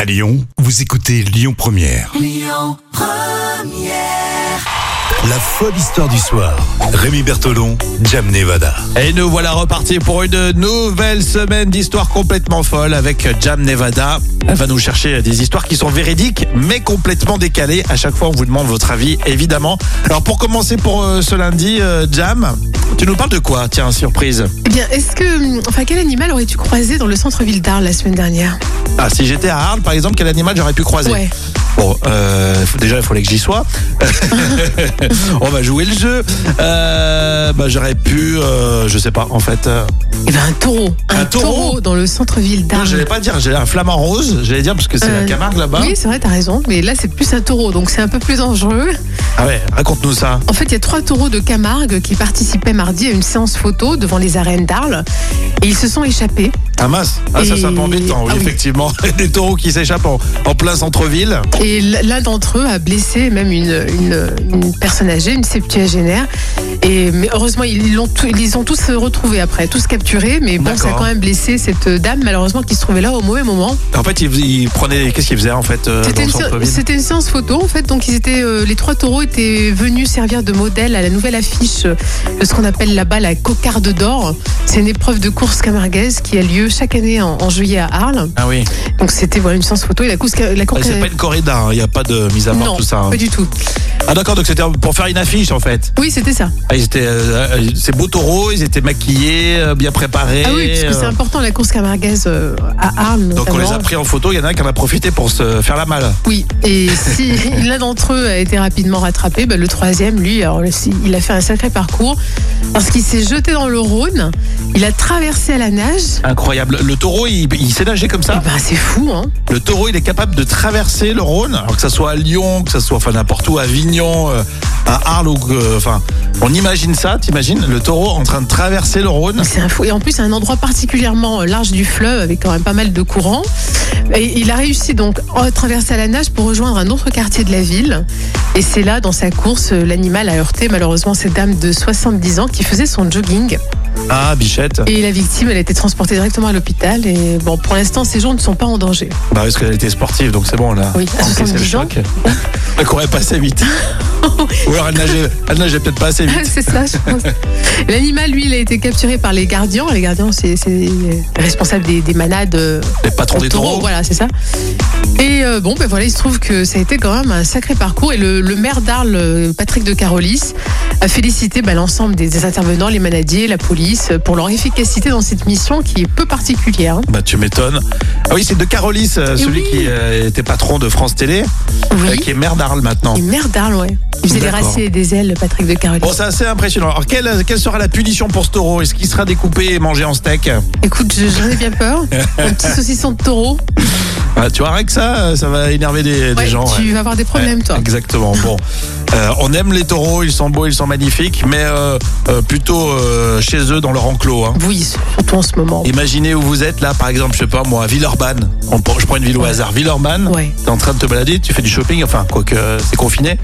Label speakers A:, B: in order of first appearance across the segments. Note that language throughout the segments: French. A: À Lyon, vous écoutez Lyon Première. Lyon Première. La folle histoire du soir. Rémi Bertolon, Jam Nevada.
B: Et nous voilà repartis pour une nouvelle semaine d'histoires complètement folles avec Jam Nevada. Elle va nous chercher des histoires qui sont véridiques mais complètement décalées. À chaque fois, on vous demande votre avis, évidemment. Alors pour commencer pour euh, ce lundi, euh, Jam, tu nous parles de quoi Tiens, surprise.
C: Eh bien, est-ce que. Enfin, quel animal aurais-tu croisé dans le centre-ville d'Arles la semaine dernière
B: Ah, si j'étais à Arles, par exemple, quel animal j'aurais pu croiser
C: Ouais.
B: Bon, euh, faut- déjà, il fallait que j'y sois. on va jouer le jeu. Euh, bah, j'aurais pu, euh, je sais pas, en fait. euh,
C: Eh bien, un taureau.
B: Un taureau
C: dans le centre-ville
B: Non, j'allais
C: d'Arles.
B: pas dire, j'allais un flamant rose, j'allais dire parce que c'est
C: Euh,
B: la Camargue là-bas.
C: Oui, c'est vrai, t'as raison. Mais là, c'est plus un taureau, donc c'est un peu plus dangereux.
B: Ah ouais, raconte-nous ça.
C: En fait, il y a trois taureaux de Camargue qui participaient mardi à une séance photo devant les arènes d'Arles. Et ils se sont échappés.
B: Ah mince, ah, ça,
C: Et-
B: ça peut embêtant, oui,
C: Ah oui.
B: effectivement. Des taureaux qui s'échappent en, en plein centre-ville.
C: Et l- l'un d'entre eux a blessé même une, une- une personne âgée, une septuagénaire. Et mais heureusement, ils l'ont tous- ils les ont tous retrouvés après, tous capturés. Mais bon, ça a
B: D'accord.
C: quand même blessé cette dame, malheureusement, qui se trouvait là au mauvais moment.
B: En fait, ils, ils prenaient, qu'est-ce qu'ils faisaient en fait euh, dans le
C: C'était une, sé-
B: centre-ville
C: c'était une séance photo en fait, donc ils étaient euh, les trois taureaux étaient venus servir de modèle à la nouvelle affiche euh, de ce qu'on appelle là-bas la cocarde d'or. C'est une épreuve de course camarguaise qui a lieu chaque année en, en juillet à Arles.
B: Ah oui,
C: Donc c'était voilà, une séance photo et la course la
B: Ah,
C: course-
B: c'est pas une corrida, hein, il n'y a pas de mise à part
C: non,
B: tout ça. hein.
C: pas du tout.
B: Ah d'accord, donc c'était pour faire une affiche en fait.
C: Oui, c'était ça.
B: Ah, ils étaient, euh, euh, ces beaux taureaux, ils étaient maquillés, euh, bien préparés.
C: Ah oui, parce que c'est
B: euh,
C: important la course camarguaise euh, à Arles.
B: donc on
C: notamment.
B: les a pris en photo, il y en a un qui en a profité pour se faire la malle.
C: Oui, et si l'un d'entre eux a été rapidement rattrapé, bah, le troisième, lui, alors, le- si- il a fait un sacré parcours parce qu'il s'est jeté dans le Rhône, il a traversé à la nage.
B: Incroyable. Le taureau, il, il sait nager comme
C: Eh
B: ça
C: ben, c'est fou, hein
B: Le taureau, il est capable de traverser le Rhône, alors que ça soit à Lyon, que ça soit enfin n'importe où, à Avignon, euh, à Arles, ou que- euh, enfin, on imagine ça, t'imagines le taureau en train de traverser le Rhône.
C: C'est un fou. Et en plus, c'est un endroit particulièrement euh, large du fleuve avec quand même pas mal de courants. Et il a réussi donc à traverser à la nage pour rejoindre un autre quartier de la ville. Et c'est là, dans sa course, euh, l'animal a heurté malheureusement cette dame de 70 ans qui faisait son jogging.
B: Ah, bichette.
C: Et la victime, elle a été transportée directement à l'hôpital. Et bon, pour l'instant, ces gens ne sont pas en danger.
B: Bah, parce qu'elle était sportive, donc c'est bon, là.
C: Oui, à 70 ans.
B: Elle courait pas assez vite. Ou alors elle nageait, elle nageait peut-être pas assez vite.
C: c'est ça, je pense. L'animal, lui, il a été capturé par les gardiens. Les gardiens, c'est c'est les responsables des, des manades. euh,
B: Les patrons des
C: taureaux,
B: taureaux.
C: Voilà, c'est ça. Et euh, bon, ben voilà, il se trouve que ça a été quand même un sacré parcours. Et le, le maire d'Arles, euh, Patrick de Carolis, a félicité bah, l'ensemble des, des intervenants, les manadiers, la police, euh, pour leur efficacité dans cette mission qui est peu particulière. hein.
B: Bah, tu m'étonnes. Ah oui, c'est de Carolis, euh,
C: Eh
B: celui
C: oui.
B: qui euh, était patron de France Télé, euh, qui est maire d'Arles maintenant.
C: Et maire d'Arles, ouais. Il faisait des
B: D'accord.
C: racines et des ailes, Patrick de Carolis.
B: Bon, c'est assez impressionnant. Alors, quelle, quelle sera la punition pour ce taureau Est-ce qu'il sera découpé et mangé en steak
C: Écoute, je- j'en ai bien peur. Un petit saucisson de taureau.
B: Ah, Tu vois, rien que ça, euh, ça va énerver des, des
C: Ouais,
B: gens.
C: tu
B: ouais.
C: vas avoir des problèmes,
B: Ouais,
C: toi.
B: Exactement. Bon, Euh, on aime les taureaux, ils sont beaux, ils sont magnifiques, mais euh, euh, plutôt euh, chez eux dans leur enclos. hein.
C: Oui, surtout en ce moment.
B: Imaginez où vous êtes là, par exemple, je sais pas moi, à Villeurbanne. On prend- je prends une ville au hasard. Villeurbanne,
C: Ouais.
B: t'es en train de te balader, tu fais du shopping, enfin, quoique euh, c'est confiné,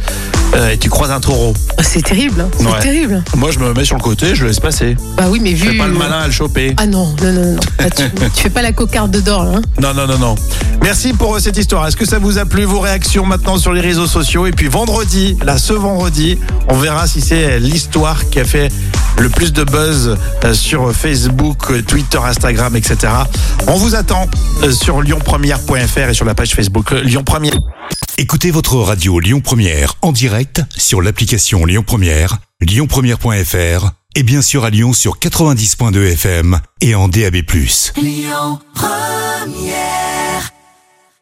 B: euh, et tu croises un taureau.
C: C'est terrible, hein. c'est
B: Ouais.
C: terrible.
B: Moi, je me mets sur le côté, je le laisse passer.
C: Bah oui, mais
B: Je
C: vu.
B: fais pas le malin à le choper.
C: Ah non, non, non, non. Là, tu, tu fais pas la cocarde d'or, là, hein.
B: Non, non, non, non. Merci pour euh, cette histoire. Est-ce que ça vous a plu, vos réactions maintenant sur les réseaux sociaux Et puis vendredi, là, ce vendredi, on verra si c'est euh, l'histoire qui a fait le plus de buzz euh, sur Facebook, euh, Twitter, Instagram, etc. On vous attend euh, sur lyonpremière.fr et sur la page Facebook euh, Lyon Première.
A: Écoutez votre radio Lyon Première en direct sur l'application Lyon Première, lyonpremière.fr et bien sûr à Lyon sur 90.2 FM et en DAB+.